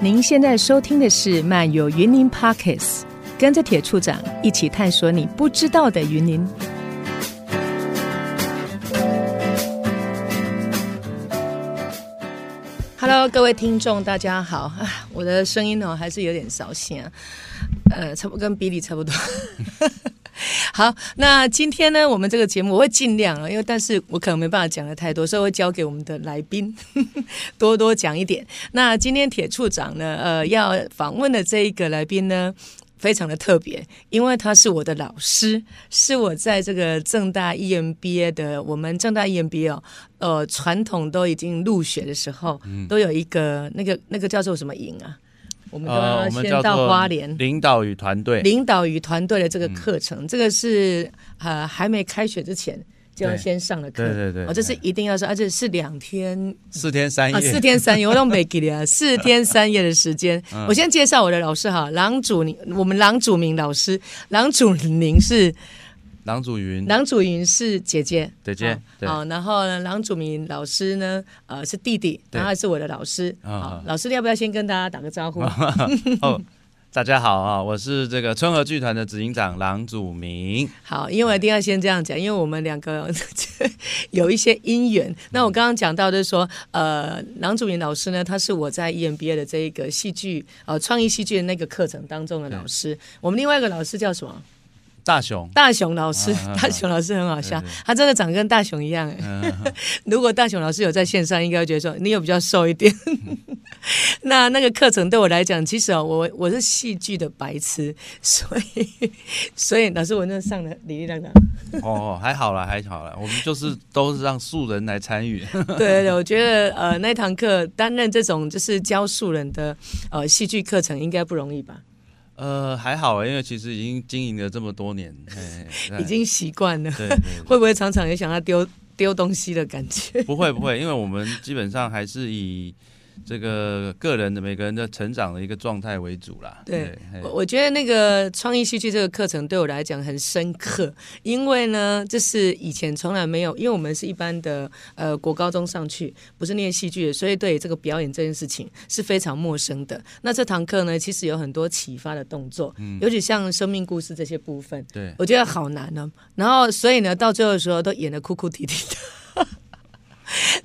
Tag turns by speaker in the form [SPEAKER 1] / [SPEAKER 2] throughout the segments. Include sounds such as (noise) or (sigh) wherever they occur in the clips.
[SPEAKER 1] 您现在收听的是《漫游云林 Pockets》，跟着铁处长一起探索你不知道的云林。Hello，各位听众，大家好。啊我的声音哦，还是有点扫兴啊。呃，差不多跟比利差不多。 (laughs) 好，那今天呢，我们这个节目我会尽量啊了，因为但是我可能没办法讲的太多，所以我会交给我们的来宾多多讲一点。那今天铁处长呢，呃，要访问的这一个来宾呢。非常的特别，因为他是我的老师，是我在这个正大 E EMBA 的，我们正大 EMBA 哦，呃，传统都已经入学的时候，
[SPEAKER 2] 嗯
[SPEAKER 1] 都有一个那个那个叫做什么营啊？我们都
[SPEAKER 2] 呃，
[SPEAKER 1] 要
[SPEAKER 2] 我们
[SPEAKER 1] 先
[SPEAKER 2] 叫
[SPEAKER 1] 到
[SPEAKER 2] 做
[SPEAKER 1] 花莲，
[SPEAKER 2] 领导与团队，嗯
[SPEAKER 1] 领导与团队的这个课程，这个是呃还没开学之前就要
[SPEAKER 2] 对
[SPEAKER 1] 先上的课，
[SPEAKER 2] 对对对
[SPEAKER 1] 哦，这是
[SPEAKER 2] 对
[SPEAKER 1] 一定要上，而且是两天
[SPEAKER 2] 四天三夜，
[SPEAKER 1] 啊，四天三夜，我都没给你
[SPEAKER 2] (laughs)
[SPEAKER 1] 啊，四天三夜的时间。
[SPEAKER 2] 嗯
[SPEAKER 1] 我先介绍我的老师哈，郎祖宁，我们郎祖明老师，郎祖宁是
[SPEAKER 2] 郎祖云，
[SPEAKER 1] 郎祖云是姐姐，
[SPEAKER 2] 嗯姐姐
[SPEAKER 1] 啊
[SPEAKER 2] 对
[SPEAKER 1] 好、然后呢，郎祖明老师呢，呃，是弟弟，
[SPEAKER 2] 对
[SPEAKER 1] 然后他是我的老师。好、
[SPEAKER 2] 啊
[SPEAKER 1] 老师要不要先跟大家打个招呼？
[SPEAKER 2] 哦，大家好啊，我是这个春和剧团的执行长郎祖明，
[SPEAKER 1] 好，因为我一定要先这样讲，因为我们两个 (laughs) 有一些姻缘。那我刚刚讲到就是说，呃，郎祖云老师呢，他是我在 E EMBA 的这一个戏剧呃创意戏剧的那个课程当中的老师。我们另外一个老师叫什么？(laughs)
[SPEAKER 2] 大雄，
[SPEAKER 1] 大雄老师，
[SPEAKER 2] 啊啊啊
[SPEAKER 1] 大雄老师很好笑
[SPEAKER 2] 对对，
[SPEAKER 1] 他真的长得跟大雄一样。哎 (laughs) 如果大雄老师有在线上，应该会觉得说你有比较瘦一点。 (laughs) 那那个课程对我来讲，其实哦，我我是戏剧的白痴，所以 (laughs) 所以老师我那上的理理当当。
[SPEAKER 2] 哦，还好啦，还好啦，我们就是都是让素人来
[SPEAKER 1] (laughs)
[SPEAKER 2] 参与，
[SPEAKER 1] 对对对，我觉得呃那堂课担任这种就是教素人的呃戏剧课程应该不容易吧？
[SPEAKER 2] 呃，还好、因为其实已经经营了这么多年，哎哎
[SPEAKER 1] 已经习惯了， (laughs)
[SPEAKER 2] 对对对
[SPEAKER 1] 会不会常常也想要丢丢东西的感觉？
[SPEAKER 2] 不会不会，因为我们基本上还是以这个个人的每个人的成长的一个状态为主啦。
[SPEAKER 1] 对
[SPEAKER 2] 哎
[SPEAKER 1] 我我觉得那个创意戏剧这个课程对我来讲很深刻，因为呢，这是以前从来没有，因为我们是一般的呃国高中上去，不是念戏剧的，所以对这个表演这件事情是非常陌生的。那这堂课呢，其实有很多启发的动作，尤其像生命故事这些部分，
[SPEAKER 2] 对
[SPEAKER 1] 我觉得好难呢、然后，所以呢，到最后的时候都演得哭哭啼啼的。 (laughs)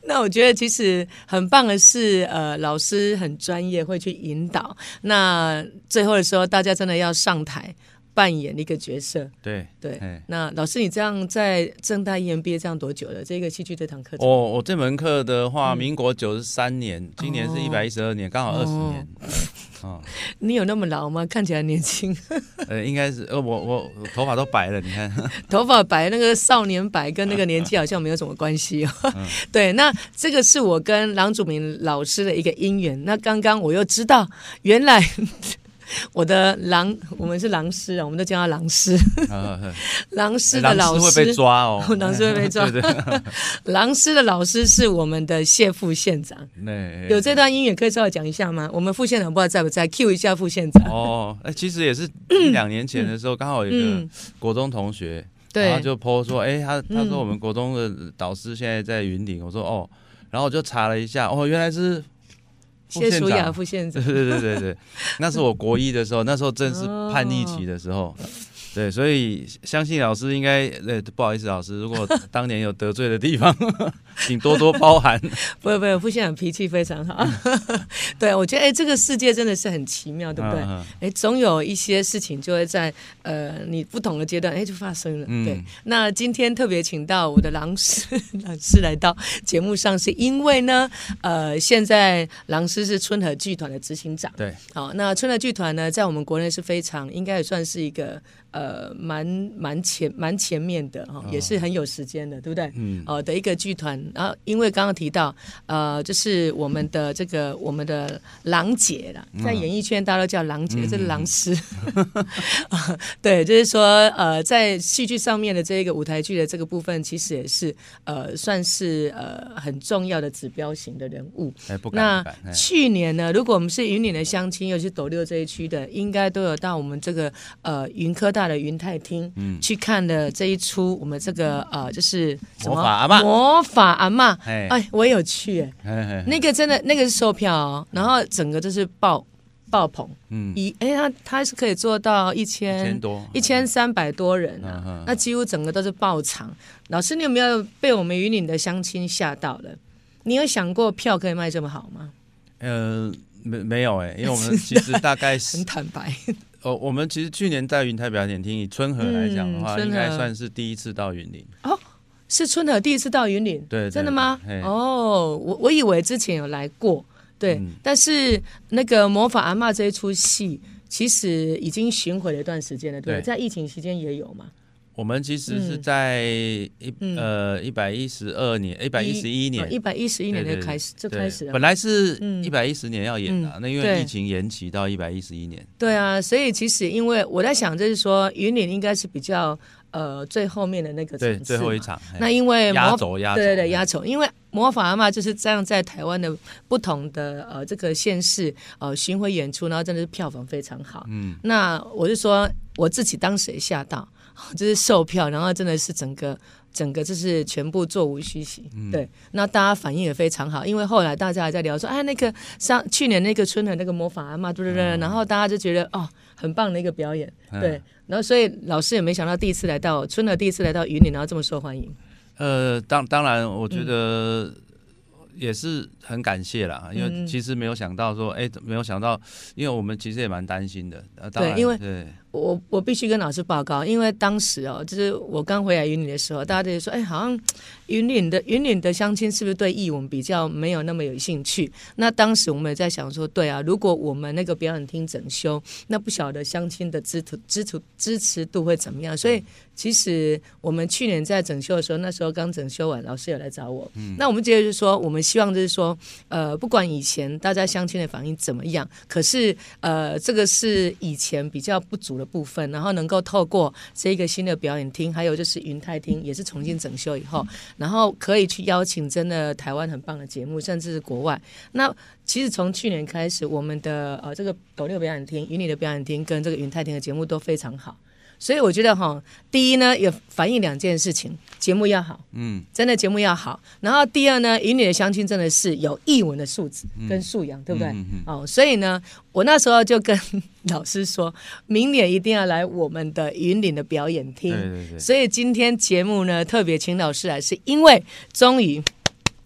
[SPEAKER 1] 那我觉得其实很棒的是，呃，老师很专业，会去引导。那最后的时候，大家真的要上台扮演一个角色。
[SPEAKER 2] 对
[SPEAKER 1] 对
[SPEAKER 2] 哎
[SPEAKER 1] 那老师，你这样在正大 E EMBA 这样多久了？这个戏剧这嗯堂课程？
[SPEAKER 2] 我我哦这门课的话，民国九十三年，今
[SPEAKER 1] 哦
[SPEAKER 2] 年是一百一十二年，刚好二十年。哦，
[SPEAKER 1] 你有那么老吗？看起来年轻，
[SPEAKER 2] 呃，应该是呃，我我我头发都白了，你看，
[SPEAKER 1] (laughs) 头发白，那个少年白跟那个年纪好像没有什么关系哦。
[SPEAKER 2] 嗯
[SPEAKER 1] (laughs) 对，那这个是我跟郎祖明老师的一个姻缘。那刚刚我又知道，原来 (laughs) 我的郎，我们是郎师啊，我们都叫他郎
[SPEAKER 2] (laughs)
[SPEAKER 1] 师，
[SPEAKER 2] 呃
[SPEAKER 1] 郎师的
[SPEAKER 2] 狼
[SPEAKER 1] 老
[SPEAKER 2] 师
[SPEAKER 1] 师，
[SPEAKER 2] 会被抓哦
[SPEAKER 1] (laughs) 狼师会被抓
[SPEAKER 2] 对对
[SPEAKER 1] (laughs) 郎师的老师是我们的谢副县长。
[SPEAKER 2] (laughs) 对，
[SPEAKER 1] 有这段姻缘可以稍微讲一下吗？我们副县长不知道在不在，Q 一下副县长。
[SPEAKER 2] 哦，哎，其实也是两年前的时候，刚好有一个
[SPEAKER 1] 嗯，
[SPEAKER 2] 国中同学，然后
[SPEAKER 1] 对，
[SPEAKER 2] 就 PO 说，哎，他他
[SPEAKER 1] 嗯
[SPEAKER 2] 说我们国中的导师现在在云顶，我说哦，然后我就查了一下，哦，原来是副
[SPEAKER 1] 谢
[SPEAKER 2] 县
[SPEAKER 1] 淑雅
[SPEAKER 2] 长，
[SPEAKER 1] 副县长
[SPEAKER 2] (laughs) 对。对对对对，那是我国一的时候，那时候正是叛逆期的时
[SPEAKER 1] 哦
[SPEAKER 2] 候。对，所以相信老师应该，呃，不好意思，老师，如果当年有得罪的地方， (laughs) 请多多包
[SPEAKER 1] (laughs)
[SPEAKER 2] 涵。
[SPEAKER 1] 不不，副县长脾气非常好。 (laughs) 对，我觉得哎、这个世界真的是很奇妙，对不对？哎、
[SPEAKER 2] 嗯
[SPEAKER 1] 总有一些事情就会在呃你不同的阶段，哎、就发生了。
[SPEAKER 2] 嗯
[SPEAKER 1] 对，那今天特别请到我的郎师 (laughs) 郎师来到节目上，是因为呢，呃，现在郎师是春和剧团的执行长。
[SPEAKER 2] 对，
[SPEAKER 1] 好，那春乐剧团呢，在我们国内是非常，应该也算是一个呃，蛮蛮前蛮前面的
[SPEAKER 2] 哦
[SPEAKER 1] 哈、也是很有时间的，对不对？嗯，哦、的一个剧团。然后，因为刚刚提到，呃，就是我们的这个我们的郎姐啦，
[SPEAKER 2] 嗯
[SPEAKER 1] 在演艺圈大家都叫郎姐，这是郎
[SPEAKER 2] (laughs)
[SPEAKER 1] 师。 (laughs) 对，就是说，呃，在戏剧上面的这个舞台剧的这个部分，其实也是呃，算是呃很重要的指标型的人物。
[SPEAKER 2] 哎，不敢
[SPEAKER 1] 那
[SPEAKER 2] 不敢。哎
[SPEAKER 1] 去年呢，如果我们是云岭的乡亲，尤其是斗六这一区的，应该都有到我们这个呃云科大大的云泰厅，
[SPEAKER 2] 嗯
[SPEAKER 1] 去看了这一出我们这个呃，就是什么
[SPEAKER 2] 魔法阿嬷
[SPEAKER 1] 魔法阿嬷，
[SPEAKER 2] 哎
[SPEAKER 1] 哎，我也有去哎，
[SPEAKER 2] 嘿嘿嘿
[SPEAKER 1] 那个真的那个是售票哦，然后整个就是爆爆棚，
[SPEAKER 2] 嗯，
[SPEAKER 1] 一哎它它是可以做到一
[SPEAKER 2] 一
[SPEAKER 1] 千
[SPEAKER 2] 千多，
[SPEAKER 1] 一千三百多人啊，
[SPEAKER 2] 嗯嗯嗯
[SPEAKER 1] 那几乎整个都是爆场。老师，你有没有被我们云岭的乡亲吓到了？你有想过票可以卖这么好吗？
[SPEAKER 2] 呃，没没有哎、因为我
[SPEAKER 1] (laughs)
[SPEAKER 2] 们其实大概
[SPEAKER 1] 啊很
[SPEAKER 2] 是，
[SPEAKER 1] 坦白，
[SPEAKER 2] 呃，我们其实去年在云台表演厅，以春和来讲的
[SPEAKER 1] 嗯
[SPEAKER 2] 话，
[SPEAKER 1] 春
[SPEAKER 2] 应
[SPEAKER 1] 和
[SPEAKER 2] 该算是第一次到云林。
[SPEAKER 1] 是春和第一次到云岭，
[SPEAKER 2] 对对
[SPEAKER 1] 真的吗
[SPEAKER 2] 对？
[SPEAKER 1] 哦，我我以为之前有来过，对，
[SPEAKER 2] 嗯
[SPEAKER 1] 但是那个魔法阿嬷这一出戏。其实已经巡回了一段时间了，对不对，
[SPEAKER 2] 对
[SPEAKER 1] 在疫情期间也有嘛，
[SPEAKER 2] 我们其实是
[SPEAKER 1] 嗯
[SPEAKER 2] 在一、呃一百一十二年、一百一十一年
[SPEAKER 1] 一百一十一年
[SPEAKER 2] 对
[SPEAKER 1] 就
[SPEAKER 2] 对
[SPEAKER 1] 开始就
[SPEAKER 2] 对
[SPEAKER 1] 开始了嘛
[SPEAKER 2] 本。来是
[SPEAKER 1] 嗯
[SPEAKER 2] 一百一十年要演的、啊，那因
[SPEAKER 1] 对
[SPEAKER 2] 为疫情延期到一百一十一年。
[SPEAKER 1] 对啊，所以其实因为我在想，就是说云岭应该是比较呃最后面的那个
[SPEAKER 2] 对，
[SPEAKER 1] 层次
[SPEAKER 2] 最后一
[SPEAKER 1] 嘛。
[SPEAKER 2] 场。嘿
[SPEAKER 1] 那因为
[SPEAKER 2] 压
[SPEAKER 1] 魔
[SPEAKER 2] 轴压轴，嗯
[SPEAKER 1] 对对对
[SPEAKER 2] 嘿
[SPEAKER 1] 压轴，因为魔法阿嬷就是这样在台湾的不同的呃这个县市呃巡回演出，然后真的是票房非常好。嗯，那我就说我自己当时也吓到， (laughs) 就是售票，然后真的是整个整个就是全部座无虚席。
[SPEAKER 2] 嗯
[SPEAKER 1] 对，那大家反应也非常好，因为后来大家还在聊说，哎，那个上去年那个春的那个魔法阿嬷，对对对，
[SPEAKER 2] 嗯
[SPEAKER 1] 然后大家就觉得哦，很棒的一个表演，对。然后，所以老师也没想到第一次来到春和，第一次来到云林，然后这么受欢迎。
[SPEAKER 2] 呃，当当然，我觉得
[SPEAKER 1] 嗯
[SPEAKER 2] 也是很感谢啦，因为其实没有想到说，哎、没有想到，因为我们其实也蛮担心的。呃，当然，
[SPEAKER 1] 因为
[SPEAKER 2] 对
[SPEAKER 1] 我我必须跟老师报告，因为当时哦，就是我刚回来云林的时候，大家就说，哎，好像云岭的云岭的乡亲是不是对艺文比较没有那么有兴趣？那当时我们也在想说，对啊，如果我们那个表演厅整修，那不晓得乡亲的支持支持支持度会怎么样？所以其实我们去年在整修的时候，那时候刚整修完，老师有来找我，那我们接着就说，我们希望就是说，呃，不管以前大家相亲的反应怎么样，可是呃，这个是以前比较不足的部分，然后能够透过这个新的表演厅，还有就是云泰厅也是重新整修以后，然后可以去邀请真的台湾很棒的节目，甚至是国外。那其实从去年开始，我们的呃这个斗六表演厅、云里的表演厅跟这个云泰厅的节目都非常好，所以我觉得哈，第一呢也反映两件事情，节目要好，嗯，真的节目要好。然后第二呢，云里的相亲真的是有艺文的素质跟素养，对不对？
[SPEAKER 2] 嗯
[SPEAKER 1] 哦，所以呢，我那时候就跟老师说，明年一定要来我们的云岭的表演厅。
[SPEAKER 2] 对对对，
[SPEAKER 1] 所以今天节目呢，特别请老师来，是因为终于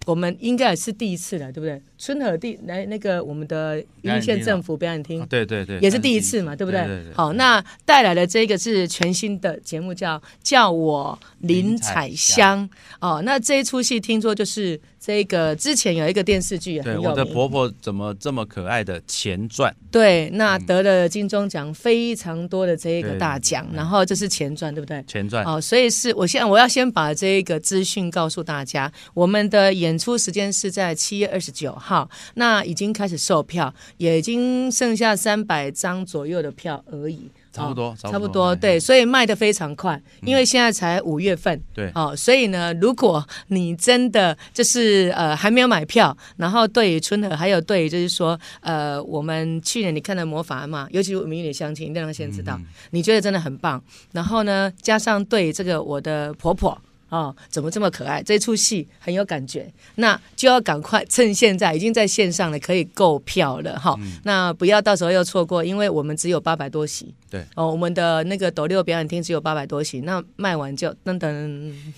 [SPEAKER 1] 我们应该也是第一次了，对不对？春和地来那个我们的云林县政府表演厅
[SPEAKER 2] 啊。对对对，
[SPEAKER 1] 也是第一次嘛，
[SPEAKER 2] 但
[SPEAKER 1] 对不
[SPEAKER 2] 对？
[SPEAKER 1] 对？
[SPEAKER 2] 对对
[SPEAKER 1] 好，那带来的这个是全新的节目叫，叫我林彩香哦。那这一出戏听说就是这个之前有一个电视剧也很
[SPEAKER 2] 对
[SPEAKER 1] 有名，
[SPEAKER 2] 我的婆婆怎么这么可爱的前传？
[SPEAKER 1] 对，那
[SPEAKER 2] 嗯
[SPEAKER 1] 得了金钟奖非常多的这一个
[SPEAKER 2] 对
[SPEAKER 1] 大奖，然后这是前传，对不对？
[SPEAKER 2] 前传
[SPEAKER 1] 哦，所以是我现在我要先把这个资讯告诉大家，我们的演出时间是在七月二十九号，那已经开始售票，也已经剩下三百张左右的票而已。
[SPEAKER 2] 差不多
[SPEAKER 1] 哦
[SPEAKER 2] 差不多哎嗯
[SPEAKER 1] 差不多，
[SPEAKER 2] 嘿
[SPEAKER 1] 对，所以卖的非常快，因为现在才五月份，
[SPEAKER 2] 对
[SPEAKER 1] 哦，所以呢，如果你真的就是呃还没有买票，然后对于春和还有对于就是说呃我们去年你看的魔法嘛，尤其是我们有点相亲，一定要让他先知
[SPEAKER 2] 嗯
[SPEAKER 1] 道，你觉得真的很棒。然后呢，加上对这个我的婆婆。哦，怎么这么可爱？这出戏很有感觉，那就要赶快趁现在已经在线上了，可以购票了哈、
[SPEAKER 2] 嗯
[SPEAKER 1] 那不要到时候又错过，因为我们只有八百多席。
[SPEAKER 2] 对
[SPEAKER 1] 哦，我们的那个斗六表演厅只有八百多席，那卖完就噔噔。
[SPEAKER 2] 嗯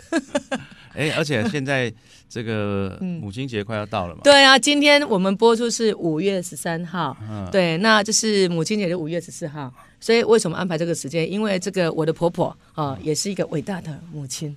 [SPEAKER 2] 哎，
[SPEAKER 1] (laughs)
[SPEAKER 2] 而且现在这个
[SPEAKER 1] 嗯
[SPEAKER 2] 母亲节快要到了嘛，
[SPEAKER 1] 对啊，今天我们播出是五月十三号，
[SPEAKER 2] 嗯
[SPEAKER 1] 对，那就是母亲节的五月十四号。所以为什么安排这个时间？因为这个我的婆婆啊、
[SPEAKER 2] 嗯
[SPEAKER 1] 也是一个伟大的母亲。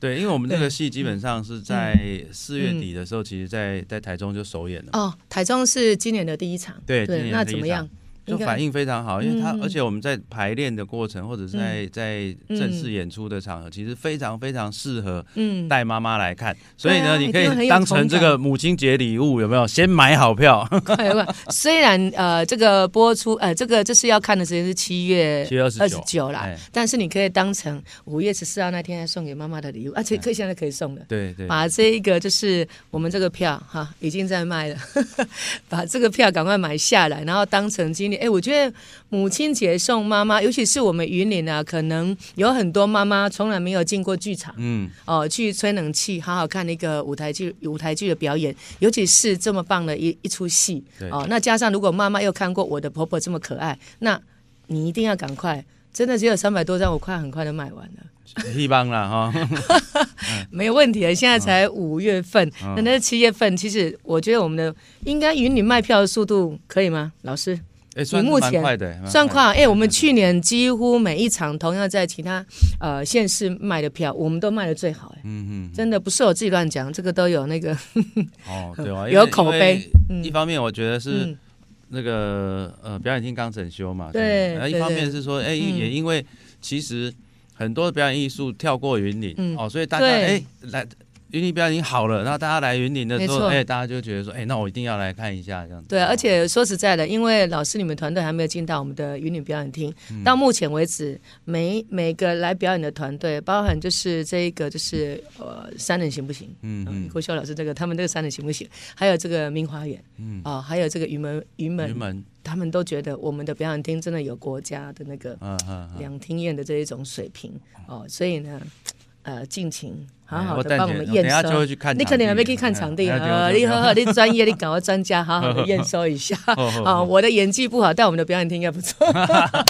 [SPEAKER 2] 对，因为我们这个戏基
[SPEAKER 1] 嗯
[SPEAKER 2] 本上是在四月底的时候，其实在在台中就首演了嘛。
[SPEAKER 1] 哦，台中是今年的第一场，
[SPEAKER 2] 对今年
[SPEAKER 1] 那
[SPEAKER 2] 的
[SPEAKER 1] 怎么
[SPEAKER 2] 第一场
[SPEAKER 1] 样？
[SPEAKER 2] 就
[SPEAKER 1] 应该嗯
[SPEAKER 2] 反应非常好，因为他、而且我们在排练的过程，或者是在、在正式演出的场合，其实非常非常适合
[SPEAKER 1] 嗯，啊
[SPEAKER 2] 带妈妈来看。所以呢，
[SPEAKER 1] 一定
[SPEAKER 2] 你可
[SPEAKER 1] 会很有
[SPEAKER 2] 以当成这个母亲节礼物，有没有？先买
[SPEAKER 1] (laughs)
[SPEAKER 2] 好票，
[SPEAKER 1] 快问，虽然呃，这个播出呃，这个这是要看的时间是七月
[SPEAKER 2] 7月29
[SPEAKER 1] 九啦
[SPEAKER 2] 哎，
[SPEAKER 1] 但是你可以当成五月十四号那天送给妈妈的礼物，而且可以现在可以送的。
[SPEAKER 2] 对对，
[SPEAKER 1] 把这一个就是我 (laughs) 们这个票哈，已经在卖了，把这个票赶快买下来，然后当成今年，哎，我觉得母亲节送妈妈，尤其是我们云林啊，可能有很多妈妈从来没有进过剧场，
[SPEAKER 2] 嗯，
[SPEAKER 1] 哦，去吹冷气，好好看那个舞台剧舞台剧的表演，尤其是这么棒的一一出戏
[SPEAKER 2] 对，
[SPEAKER 1] 哦，那加上如果妈妈又看过我的婆婆这么可爱，那你一定要赶快，真的只有三百多张，我快很快就卖完了。
[SPEAKER 2] 一帮啦哈，
[SPEAKER 1] 没有问题的，现在才五月份，那那是七月份。其实我觉得我们的应该云林卖票的速度可以吗？老师
[SPEAKER 2] 哎，算
[SPEAKER 1] 你
[SPEAKER 2] 是
[SPEAKER 1] 目
[SPEAKER 2] 蛮
[SPEAKER 1] 前
[SPEAKER 2] 快的，蛮
[SPEAKER 1] 算快
[SPEAKER 2] 的
[SPEAKER 1] 啊，哎、我们去年几乎每一场同样在其他呃县市卖的票，我们都卖的最好、哎，
[SPEAKER 2] 嗯嗯，
[SPEAKER 1] 真的不是我自己乱讲，这个都有那个
[SPEAKER 2] 哦，对啊，因为
[SPEAKER 1] 有口碑。
[SPEAKER 2] 因为一方面我觉得是
[SPEAKER 1] 嗯
[SPEAKER 2] 那个呃表演厅刚整修嘛，
[SPEAKER 1] 对
[SPEAKER 2] 那一
[SPEAKER 1] 对
[SPEAKER 2] 方面
[SPEAKER 1] 对
[SPEAKER 2] 是说，哎、
[SPEAKER 1] 嗯
[SPEAKER 2] 也因为其实很多表演艺术跳过云林、
[SPEAKER 1] 嗯
[SPEAKER 2] 哦，所以大家
[SPEAKER 1] 对
[SPEAKER 2] 哎、来云林表演厅好了，然后大家来云林的时
[SPEAKER 1] 没
[SPEAKER 2] 候，
[SPEAKER 1] 错
[SPEAKER 2] 哎、大家就觉得说，哎、那我一定要来看一下这样子。
[SPEAKER 1] 对，
[SPEAKER 2] 哦
[SPEAKER 1] 而且说实在的，因为老师你们团队还没有进到我们的云岭表演厅，
[SPEAKER 2] 嗯
[SPEAKER 1] 到目前为止，每每个来表演的团队，包含就是这一个就是呃三人行不行？
[SPEAKER 2] 嗯
[SPEAKER 1] 嗯，
[SPEAKER 2] 嗯，
[SPEAKER 1] 郭秀老师这个他们这个三人行不行？还有这个明花园，嗯，哦，还有这个云门云门，
[SPEAKER 2] 云门，
[SPEAKER 1] 他们都觉得我们的表演厅真的有国家的那个
[SPEAKER 2] 嗯嗯嗯，
[SPEAKER 1] 两厅院的这一种水平哦，所以呢，呃，敬请好好
[SPEAKER 2] 啊哎我
[SPEAKER 1] 的
[SPEAKER 2] 等
[SPEAKER 1] 帮
[SPEAKER 2] 一
[SPEAKER 1] 我
[SPEAKER 2] 下
[SPEAKER 1] 们
[SPEAKER 2] 我等
[SPEAKER 1] 验
[SPEAKER 2] 一下就
[SPEAKER 1] 收
[SPEAKER 2] 会。去看场地，啊
[SPEAKER 1] 你肯定还没去看场地
[SPEAKER 2] 哎
[SPEAKER 1] 啊！你好好，你专业，你搞个专家，好好的验收一
[SPEAKER 2] (laughs)
[SPEAKER 1] 下。啊，我的演技不 (laughs) 好，但我们的表演厅应该不错。 (laughs)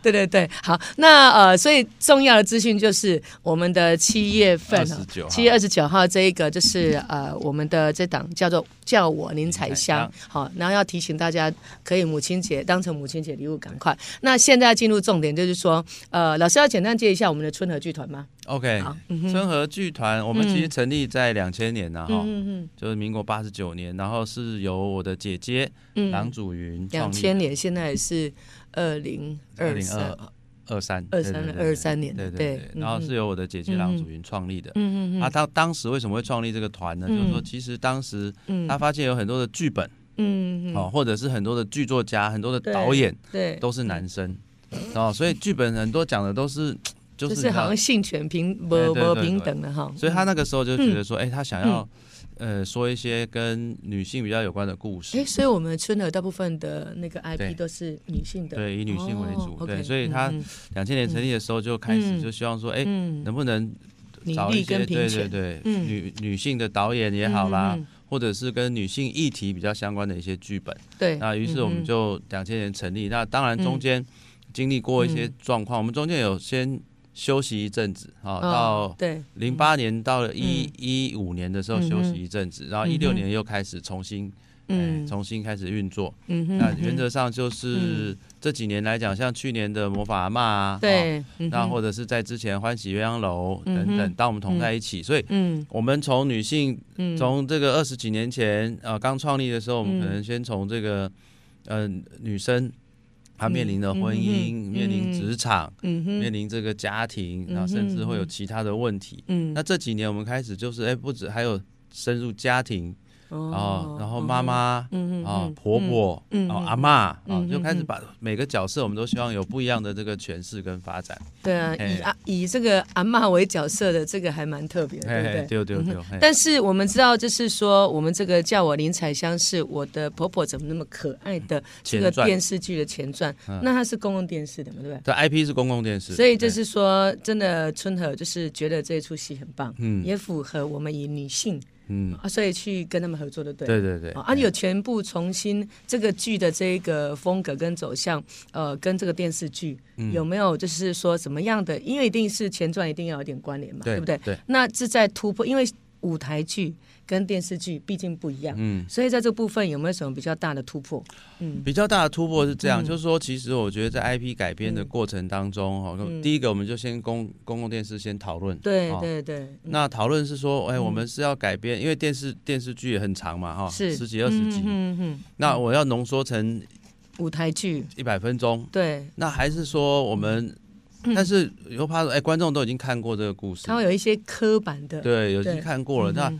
[SPEAKER 1] 对对对，好，那呃，所以重要的资讯就是我们的七月份啊
[SPEAKER 2] 29号
[SPEAKER 1] 七月二十九号这一个就是呃我们的这档叫做叫我林采香
[SPEAKER 2] 林，
[SPEAKER 1] 好，然后要提醒大家可以母亲节当成母亲节礼物，赶快。那现在进入重点，就是说呃，老师要简单介一下我们的春和剧团吗？
[SPEAKER 2] OK，
[SPEAKER 1] 好嗯
[SPEAKER 2] 春和剧团，我们其实成立在两千年呐，哈、
[SPEAKER 1] 嗯嗯
[SPEAKER 2] 就是民国八十九年，然后是由我的姐姐
[SPEAKER 1] 嗯
[SPEAKER 2] 郎祖云
[SPEAKER 1] 两
[SPEAKER 2] 创立
[SPEAKER 1] 千年现在是二零二三
[SPEAKER 2] 2022二三
[SPEAKER 1] 二三二三年
[SPEAKER 2] 对
[SPEAKER 1] 的，
[SPEAKER 2] 对对，然后是由我的姐姐郎祖云创立的。
[SPEAKER 1] 嗯嗯嗯
[SPEAKER 2] 啊，他当时为什么会创立这个团呢？就是说，其实当时
[SPEAKER 1] 嗯
[SPEAKER 2] 他发现有很多的剧本
[SPEAKER 1] 嗯嗯嗯，
[SPEAKER 2] 哦，或者是很多的剧作家、很多的导演
[SPEAKER 1] 对，嗯
[SPEAKER 2] 都是男生哦，所以剧本很多讲的都是
[SPEAKER 1] 就
[SPEAKER 2] 就
[SPEAKER 1] 是是
[SPEAKER 2] 你知
[SPEAKER 1] 好
[SPEAKER 2] 道
[SPEAKER 1] 像性权平不
[SPEAKER 2] 哎对
[SPEAKER 1] 不
[SPEAKER 2] 对
[SPEAKER 1] 平
[SPEAKER 2] 对
[SPEAKER 1] 等了哈，嗯
[SPEAKER 2] 所以他那个时候就觉得说，哎，他想要呃说一些跟女性比较有关的故
[SPEAKER 1] 哎，
[SPEAKER 2] 事，
[SPEAKER 1] 所以我们春的大部分的那个
[SPEAKER 2] 对
[SPEAKER 1] IP 都是女性的，
[SPEAKER 2] 对，以女性为
[SPEAKER 1] 哦
[SPEAKER 2] 主，
[SPEAKER 1] ，OK，
[SPEAKER 2] 对，所以他
[SPEAKER 1] 嗯
[SPEAKER 2] 两千年成立的时候就开始
[SPEAKER 1] 嗯
[SPEAKER 2] 就希望说，哎，
[SPEAKER 1] 嗯，嗯
[SPEAKER 2] 能不能
[SPEAKER 1] 女
[SPEAKER 2] 找一
[SPEAKER 1] 力
[SPEAKER 2] 些
[SPEAKER 1] 跟平
[SPEAKER 2] 对
[SPEAKER 1] 权
[SPEAKER 2] 对对，
[SPEAKER 1] 嗯
[SPEAKER 2] 女女性的导演也好啦，
[SPEAKER 1] 嗯嗯嗯
[SPEAKER 2] 或者是跟女性议题比较相关的一些剧本。
[SPEAKER 1] 对，嗯
[SPEAKER 2] 那于是我们就两千年成立。那当然中间经历过一些状况，我们中间有先休息一阵子啊，
[SPEAKER 1] 嗯
[SPEAKER 2] 到
[SPEAKER 1] 哦对
[SPEAKER 2] 零八年到了一一五年的时候
[SPEAKER 1] 嗯哼
[SPEAKER 2] 休息一阵子，然
[SPEAKER 1] 嗯
[SPEAKER 2] 后
[SPEAKER 1] 哼
[SPEAKER 2] 一六年又开始重新。
[SPEAKER 1] 嗯
[SPEAKER 2] 哎重新开始运作。
[SPEAKER 1] 嗯哼
[SPEAKER 2] 那原则上就是这几年来讲，像去年的魔法阿嬷啊，哦
[SPEAKER 1] 对，嗯
[SPEAKER 2] 那
[SPEAKER 1] 哼
[SPEAKER 2] 或者是在之前欢喜鸳鸯楼等
[SPEAKER 1] 嗯
[SPEAKER 2] 等，
[SPEAKER 1] 哼
[SPEAKER 2] 当我们同在一起，所以
[SPEAKER 1] 嗯
[SPEAKER 2] 我们从女性
[SPEAKER 1] 嗯
[SPEAKER 2] 从这个二十几年前呃刚创立的时候，我们可能先从这个呃女生她面临的婚姻、
[SPEAKER 1] 嗯嗯嗯
[SPEAKER 2] 面临职场、
[SPEAKER 1] 嗯
[SPEAKER 2] 面
[SPEAKER 1] 哼
[SPEAKER 2] 临这个家庭，
[SPEAKER 1] 嗯
[SPEAKER 2] 然后甚至会有其他的问题。
[SPEAKER 1] 嗯
[SPEAKER 2] 那这几年我们开始就是哎，不止还有深入家庭啊、然后妈妈。
[SPEAKER 1] 哦嗯哼
[SPEAKER 2] 啊
[SPEAKER 1] 嗯，
[SPEAKER 2] 婆婆，
[SPEAKER 1] 嗯嗯
[SPEAKER 2] 啊
[SPEAKER 1] 嗯，
[SPEAKER 2] 阿嬷啊
[SPEAKER 1] 嗯嗯，
[SPEAKER 2] 就开始把每个角色，我们都希望有不一样的这个诠释跟发展。
[SPEAKER 1] 对啊，以
[SPEAKER 2] 哎
[SPEAKER 1] 阿以这个阿嬷为角色的这个还蛮特别的，对不
[SPEAKER 2] 嘿嘿
[SPEAKER 1] 对？
[SPEAKER 2] 对对对，嘿
[SPEAKER 1] 但是我们知道，就是说，我们这个叫我林采香是我的婆婆怎么那么可爱的这个
[SPEAKER 2] 嗯前传
[SPEAKER 1] 电视剧的前传，那它是公共电视的嘛，对不
[SPEAKER 2] 这 IP 是哎公共电视，
[SPEAKER 1] 对？所以就
[SPEAKER 2] 嘿
[SPEAKER 1] 是说，真的春和就是觉得这一出戏很棒，
[SPEAKER 2] 嗯
[SPEAKER 1] 也符合我们以女性
[SPEAKER 2] 嗯，
[SPEAKER 1] 啊，所以去跟他们合作的对了。
[SPEAKER 2] 哎对对
[SPEAKER 1] 哦
[SPEAKER 2] 对，
[SPEAKER 1] 啊，有全部重新这个剧的这个风格跟走向，呃，跟这个电视剧、
[SPEAKER 2] 嗯
[SPEAKER 1] 有没有就是说怎么样的？因为一定是前传，一定要有点关联嘛，
[SPEAKER 2] 对
[SPEAKER 1] 不对？
[SPEAKER 2] 对
[SPEAKER 1] 那是在突破，因为舞台剧跟电视剧毕竟不一样，
[SPEAKER 2] 嗯
[SPEAKER 1] 所以在这部分有没有什么比较大的突破？
[SPEAKER 2] 比较大的突破是这
[SPEAKER 1] 嗯
[SPEAKER 2] 样，就是说，其实我觉得在 IP 改编的过程当中，哈、第一个我们就先公公共电视先讨论，
[SPEAKER 1] 嗯对嗯
[SPEAKER 2] 哦
[SPEAKER 1] 对对，
[SPEAKER 2] 那讨论是说，哎、我们是要改编，因为电视电视剧也很长嘛，哈、
[SPEAKER 1] 是
[SPEAKER 2] 哦十几二十集，
[SPEAKER 1] 嗯嗯，
[SPEAKER 2] 那我要浓缩成
[SPEAKER 1] 舞台剧
[SPEAKER 2] 一百分钟，
[SPEAKER 1] 对，
[SPEAKER 2] 那还是说我们，但是又怕说，哎、观众都已经看过这个故事
[SPEAKER 1] 嗯它，会有一些刻板的，
[SPEAKER 2] 对，有些
[SPEAKER 1] 对嗯
[SPEAKER 2] 看过了，那。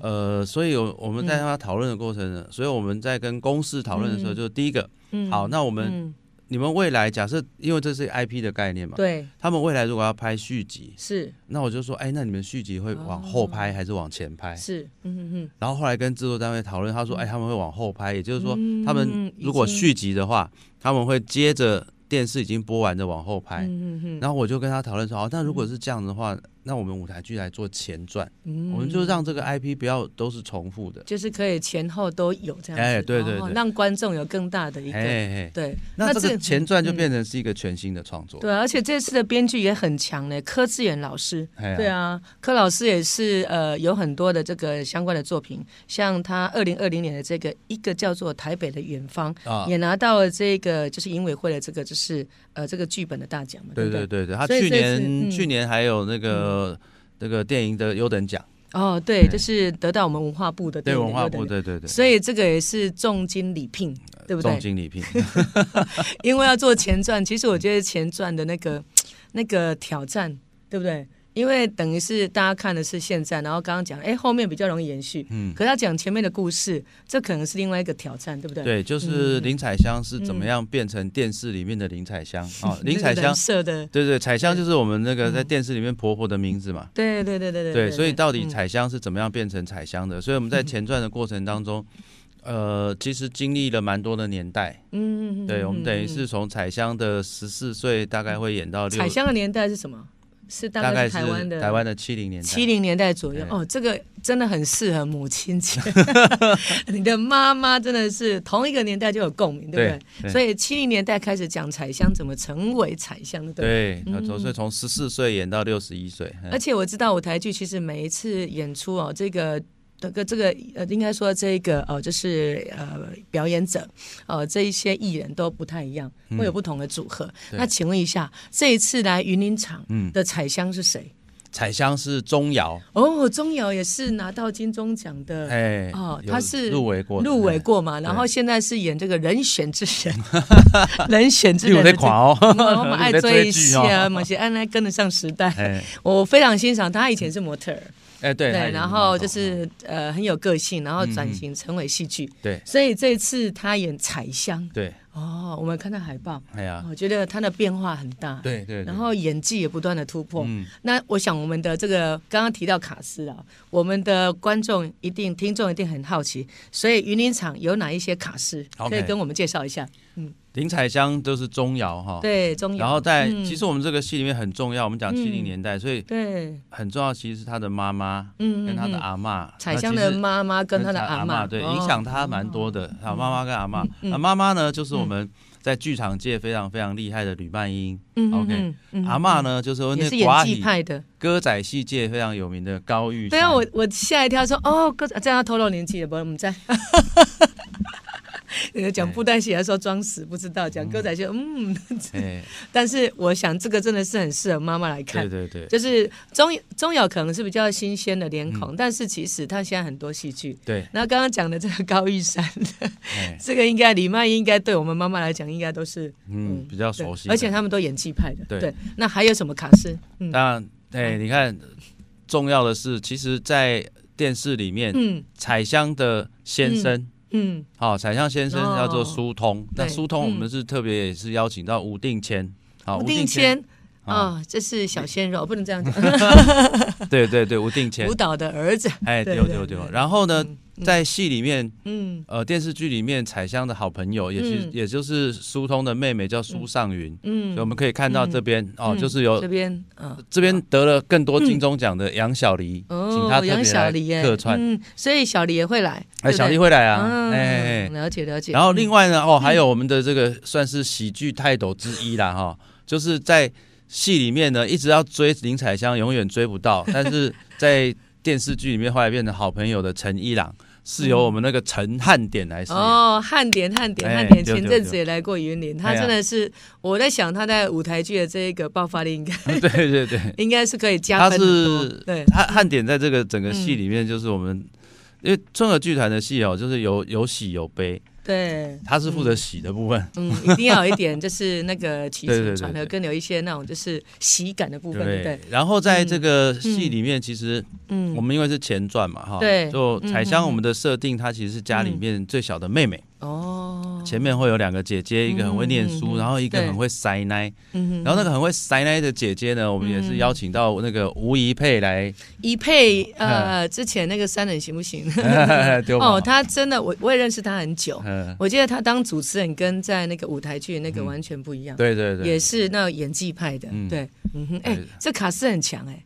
[SPEAKER 2] 呃，所以有我们在跟他讨论的过程呢，所以我们在跟公司讨论的时候，就第一个，好，那我们
[SPEAKER 1] 嗯
[SPEAKER 2] 你们未来假设，因为这是 IP 的概念嘛，
[SPEAKER 1] 对，
[SPEAKER 2] 他们未来如果要拍续集，
[SPEAKER 1] 是
[SPEAKER 2] 那我就说，哎，那你们续集会往后拍还是往前拍？
[SPEAKER 1] 哦是，嗯嗯
[SPEAKER 2] 然后后来跟制作单位讨论，他说，哎，他们会往后拍，也就是说，
[SPEAKER 1] 嗯
[SPEAKER 2] 他们如果
[SPEAKER 1] 已经
[SPEAKER 2] 续集的话，他们会接着电视已经播完的往后
[SPEAKER 1] 嗯
[SPEAKER 2] 拍。
[SPEAKER 1] 嗯嗯
[SPEAKER 2] 然后我就跟他讨论说，哦，那如果是这样的话，那我们舞台剧来做前传，
[SPEAKER 1] 嗯，
[SPEAKER 2] 我们就让这个 IP 不要都是重复的。
[SPEAKER 1] 就是可以前后都有这样子，
[SPEAKER 2] 哎对对
[SPEAKER 1] 哦
[SPEAKER 2] 对
[SPEAKER 1] 让观众有更大的一个
[SPEAKER 2] 哎，嘿
[SPEAKER 1] 对。
[SPEAKER 2] 那这个前传就
[SPEAKER 1] 嗯
[SPEAKER 2] 变成是一个全新的创作。
[SPEAKER 1] 对啊，而且这次的编剧也很强呢，柯志远老师。
[SPEAKER 2] 哎呀
[SPEAKER 1] 对啊，柯老师也是呃有很多的这个相关的作品，像他二零二零年的这个一个叫做《台北的远方》，
[SPEAKER 2] 啊，
[SPEAKER 1] 也拿到了这个就是影委会的这个就是呃这个剧本的大奖嘛，
[SPEAKER 2] 对
[SPEAKER 1] 不
[SPEAKER 2] 对
[SPEAKER 1] 对？
[SPEAKER 2] 对对，他
[SPEAKER 1] 所以
[SPEAKER 2] 去
[SPEAKER 1] 这次嗯
[SPEAKER 2] 年、去年还有那个、那个电影的优等奖，
[SPEAKER 1] 哦，对，就是得到我们文化部的
[SPEAKER 2] 哎对
[SPEAKER 1] 电影
[SPEAKER 2] 文化
[SPEAKER 1] 优等
[SPEAKER 2] 部，
[SPEAKER 1] 奖，
[SPEAKER 2] 对对对，
[SPEAKER 1] 所以这个也是重金礼聘，对不对
[SPEAKER 2] 重？金礼聘，
[SPEAKER 1] 因为要做前传，其实我觉得前传的那个那个挑战，对不对？因为等于是大家看的是现在，然后刚刚讲，哎，后面比较容易延续。
[SPEAKER 2] 嗯，
[SPEAKER 1] 可是他讲前面的故事，这可能是另外一个挑战，对不嗯对？， (laughs)
[SPEAKER 2] 对，就是林采香是怎么样变成电视里面的林
[SPEAKER 1] (laughs)
[SPEAKER 2] 采香啊、哦？林采香，
[SPEAKER 1] 设的，
[SPEAKER 2] 对对，采香就是我们那个在电视里面婆婆的名字嘛。
[SPEAKER 1] 对对嗯对对对
[SPEAKER 2] 对，所以到底
[SPEAKER 1] 嗯
[SPEAKER 2] 采香是怎么样变成采香的？所以我们在前传的过程当中，呃，其实经历了蛮多的年代。
[SPEAKER 1] 嗯嗯嗯，
[SPEAKER 2] 对，我们等
[SPEAKER 1] 嗯
[SPEAKER 2] 于
[SPEAKER 1] 嗯
[SPEAKER 2] 是从采香的十四岁，大概会演到
[SPEAKER 1] 嗯
[SPEAKER 2] 六
[SPEAKER 1] 采，香的年代是什么？是大
[SPEAKER 2] 大
[SPEAKER 1] 概
[SPEAKER 2] 概是
[SPEAKER 1] 台湾的
[SPEAKER 2] 台湾的七零年代。
[SPEAKER 1] 七零年代左右
[SPEAKER 2] 哎
[SPEAKER 1] 哦，这个真的很适合母亲
[SPEAKER 2] (laughs)
[SPEAKER 1] 节。你的妈妈真的是同一个年代就有共鸣，对不对？
[SPEAKER 2] 对
[SPEAKER 1] 所以七零年代开始讲彩香怎么成为彩香，对不对？嗯呃
[SPEAKER 2] 对，那从所以从十四岁演到六十一岁，嗯
[SPEAKER 1] 而且我知道舞台剧其实每一次演出哦，这个。这个这个呃，应该说这个呃，就是呃，表演者呃，这一些艺人都不太一样，会有不同的组合。
[SPEAKER 2] 嗯对嗯
[SPEAKER 1] 那请问一下，这一次来云林场的彩香是谁？
[SPEAKER 2] 彩香是钟瑶，
[SPEAKER 1] 哦，钟瑶也是拿到金钟奖的
[SPEAKER 2] 哎，
[SPEAKER 1] 哦
[SPEAKER 2] 有
[SPEAKER 1] 她是
[SPEAKER 2] 入围过的，
[SPEAKER 1] 入围
[SPEAKER 2] 哎。
[SPEAKER 1] 过嘛，然后现在是演这个人选之
[SPEAKER 2] (laughs)
[SPEAKER 1] 人，人选之
[SPEAKER 2] 有
[SPEAKER 1] 人的
[SPEAKER 2] 在
[SPEAKER 1] 这
[SPEAKER 2] 垮
[SPEAKER 1] 个。
[SPEAKER 2] 哦，
[SPEAKER 1] 我们爱
[SPEAKER 2] (laughs) 你在
[SPEAKER 1] 追
[SPEAKER 2] 追剧
[SPEAKER 1] 下，
[SPEAKER 2] 哦。
[SPEAKER 1] 某些安来跟得上时代。
[SPEAKER 2] 哎
[SPEAKER 1] 我非常欣赏他，以前是模特儿，
[SPEAKER 2] 哎，对，她也
[SPEAKER 1] 对，
[SPEAKER 2] 是
[SPEAKER 1] 然
[SPEAKER 2] 蛮好
[SPEAKER 1] 后就是
[SPEAKER 2] 嗯
[SPEAKER 1] 呃很有个性，然后转型成为戏剧，
[SPEAKER 2] 对
[SPEAKER 1] 所以这次他演彩香
[SPEAKER 2] 对，
[SPEAKER 1] 哦，我们看到海报，
[SPEAKER 2] 哎呀，
[SPEAKER 1] 我觉得他的变化很大，
[SPEAKER 2] 对对，对
[SPEAKER 1] 然后演技也不断的突破。
[SPEAKER 2] 嗯
[SPEAKER 1] 那我想我们的这个刚刚提到卡斯啊，我们的观众一定、听众一定很好奇，所以云林场有哪一些卡斯
[SPEAKER 2] OK
[SPEAKER 1] 可以跟我们介绍一下？
[SPEAKER 2] 林彩香就是钟瑶哈，
[SPEAKER 1] 对，中
[SPEAKER 2] 哦然
[SPEAKER 1] 瑶，
[SPEAKER 2] 后在
[SPEAKER 1] 嗯
[SPEAKER 2] 其实我们这个戏里面很重要，我们讲七零
[SPEAKER 1] 嗯
[SPEAKER 2] 年代，所以
[SPEAKER 1] 对，
[SPEAKER 2] 很重要，其实是她的妈妈
[SPEAKER 1] 嗯
[SPEAKER 2] 跟她的
[SPEAKER 1] 嗯嗯
[SPEAKER 2] 阿妈，
[SPEAKER 1] 彩
[SPEAKER 2] 那
[SPEAKER 1] 香
[SPEAKER 2] 其
[SPEAKER 1] 的
[SPEAKER 2] 实
[SPEAKER 1] 妈妈跟她的
[SPEAKER 2] 她
[SPEAKER 1] 阿
[SPEAKER 2] 嬷
[SPEAKER 1] 妈，
[SPEAKER 2] 对，
[SPEAKER 1] 哦
[SPEAKER 2] 影响她蛮多的。她妈妈跟阿妈，
[SPEAKER 1] 嗯
[SPEAKER 2] 那妈妈呢，就是我
[SPEAKER 1] 嗯
[SPEAKER 2] 们在剧场界非常非常厉害的吕曼英，
[SPEAKER 1] 嗯
[SPEAKER 2] OK，
[SPEAKER 1] 嗯嗯嗯
[SPEAKER 2] 阿嬷呢，就是
[SPEAKER 1] 也
[SPEAKER 2] 那
[SPEAKER 1] 是
[SPEAKER 2] 寡
[SPEAKER 1] 演技
[SPEAKER 2] 语
[SPEAKER 1] 派的。
[SPEAKER 2] 歌仔戏界非常有名的高玉。
[SPEAKER 1] 对啊，我我吓一跳说哦，哥，这样要透露年纪了不？我们
[SPEAKER 2] (laughs)
[SPEAKER 1] 在。讲布袋戏还说装死不知道，讲歌仔戏嗯， (laughs)
[SPEAKER 2] 哎，
[SPEAKER 1] 但是我想这个真的是很适合妈妈来看
[SPEAKER 2] 对，对对
[SPEAKER 1] 就是钟钟瑶可能是比较新鲜的脸
[SPEAKER 2] 嗯
[SPEAKER 1] 孔，但是其实她现在很多戏剧。
[SPEAKER 2] 对，
[SPEAKER 1] 然后刚刚讲的这个高玉山，
[SPEAKER 2] 哎，
[SPEAKER 1] (laughs) 这个应该李曼应该对我们妈妈来讲应该都是
[SPEAKER 2] 嗯，比较
[SPEAKER 1] 对
[SPEAKER 2] 熟悉的，
[SPEAKER 1] 而且他们都演技派的。
[SPEAKER 2] 对
[SPEAKER 1] 那还有什么卡司？嗯
[SPEAKER 2] 当然，哎，你看，重要的是，其实，在电视里面，
[SPEAKER 1] 嗯
[SPEAKER 2] 彩香的先生。
[SPEAKER 1] 嗯，
[SPEAKER 2] 好，彩香先生
[SPEAKER 1] 哦
[SPEAKER 2] 叫做苏通，那
[SPEAKER 1] 对
[SPEAKER 2] 苏通我
[SPEAKER 1] 嗯
[SPEAKER 2] 们是特别也是邀请到吴定谦，好，
[SPEAKER 1] 吴
[SPEAKER 2] 吴
[SPEAKER 1] 定谦
[SPEAKER 2] 啊，
[SPEAKER 1] 啊，这是小鲜肉，不能这样讲，
[SPEAKER 2] 对对对，吴定谦
[SPEAKER 1] 舞，蹈的儿子。
[SPEAKER 2] 哎，
[SPEAKER 1] 对
[SPEAKER 2] 丢
[SPEAKER 1] 对
[SPEAKER 2] 丢丢。
[SPEAKER 1] 对
[SPEAKER 2] 然后呢，在戏里面，
[SPEAKER 1] 嗯
[SPEAKER 2] 呃，电视剧里面彩香的好朋友，也是
[SPEAKER 1] 嗯
[SPEAKER 2] 也就是苏通的妹妹叫苏尚云，所以我
[SPEAKER 1] 嗯，
[SPEAKER 2] 们可以看到这边哦，
[SPEAKER 1] 嗯
[SPEAKER 2] 就是有
[SPEAKER 1] 这边嗯。
[SPEAKER 2] 这边得了更多金钟奖的杨小黎，请她
[SPEAKER 1] 哦，
[SPEAKER 2] 特别
[SPEAKER 1] 杨小黎
[SPEAKER 2] 来
[SPEAKER 1] 耶，
[SPEAKER 2] 客串。
[SPEAKER 1] 嗯，所以小黎也会来，对不
[SPEAKER 2] 哎，
[SPEAKER 1] 对
[SPEAKER 2] 小黎会来啊，
[SPEAKER 1] 嗯，
[SPEAKER 2] 哎，哎
[SPEAKER 1] 了解了解。
[SPEAKER 2] 然后另
[SPEAKER 1] 外
[SPEAKER 2] 外呢，哦，还有我们的这个算是喜剧泰斗之一啦，哈，就是在戏里面呢一直要追林采香，永远追
[SPEAKER 1] (laughs)
[SPEAKER 2] 不到，但是在电视剧里面后来变成好朋友的陈一郎，是由我们那个陈汉典来饰演。
[SPEAKER 1] 哦，汉典汉典
[SPEAKER 2] 哎
[SPEAKER 1] 汉典，
[SPEAKER 2] 对
[SPEAKER 1] 前
[SPEAKER 2] 对
[SPEAKER 1] 阵子
[SPEAKER 2] 对
[SPEAKER 1] 也来过云林，他
[SPEAKER 2] 哎呀
[SPEAKER 1] 真的是，我在想他在舞台剧的这一个爆发力，应该 (laughs)
[SPEAKER 2] (laughs) 对对对，
[SPEAKER 1] 应该是可以 (laughs) 加
[SPEAKER 2] 他
[SPEAKER 1] 分很多
[SPEAKER 2] 是
[SPEAKER 1] 对，
[SPEAKER 2] 汉汉典在这个整个戏里面，就是我们、因为春和剧团的戏哦，就是有有喜有悲，
[SPEAKER 1] 对，
[SPEAKER 2] 他是负责喜的部分。
[SPEAKER 1] 嗯，一定要有一点就是那个起
[SPEAKER 2] (laughs) 对对
[SPEAKER 1] 承
[SPEAKER 2] 对
[SPEAKER 1] 转合，
[SPEAKER 2] 对
[SPEAKER 1] 跟有一些那种就是喜感的部分，对不
[SPEAKER 2] 对
[SPEAKER 1] 对，，
[SPEAKER 2] 然后在这个戏里面，其实我
[SPEAKER 1] 嗯，
[SPEAKER 2] 们因为是前传嘛，哈，
[SPEAKER 1] 对
[SPEAKER 2] 就彩
[SPEAKER 1] 嗯嗯
[SPEAKER 2] 香
[SPEAKER 1] 嗯
[SPEAKER 2] 我们的设定，她其实是家里面最小的妹妹，
[SPEAKER 1] 哦，嗯
[SPEAKER 2] 前面会有两个姐姐，一个很会念书，然后一个很会塞奶。然后那个很会塞奶的姐姐呢，我们也是邀请到那个吴怡
[SPEAKER 1] (laughs)
[SPEAKER 2] 佩来， (laughs)
[SPEAKER 1] 一配呃，之前那个三人行不行？
[SPEAKER 2] 哎
[SPEAKER 1] (laughs)
[SPEAKER 2] 丢
[SPEAKER 1] 哦，
[SPEAKER 2] 毛
[SPEAKER 1] 他真的，我我也认识他很久，
[SPEAKER 2] 嗯，
[SPEAKER 1] 我记得他当主持人跟在那个舞台剧那个完全不一样，
[SPEAKER 2] 对对对
[SPEAKER 1] 也，是那演技派的，
[SPEAKER 2] 嗯
[SPEAKER 1] 对，嗯哼，哎
[SPEAKER 2] 对，
[SPEAKER 1] 这卡斯很强哎，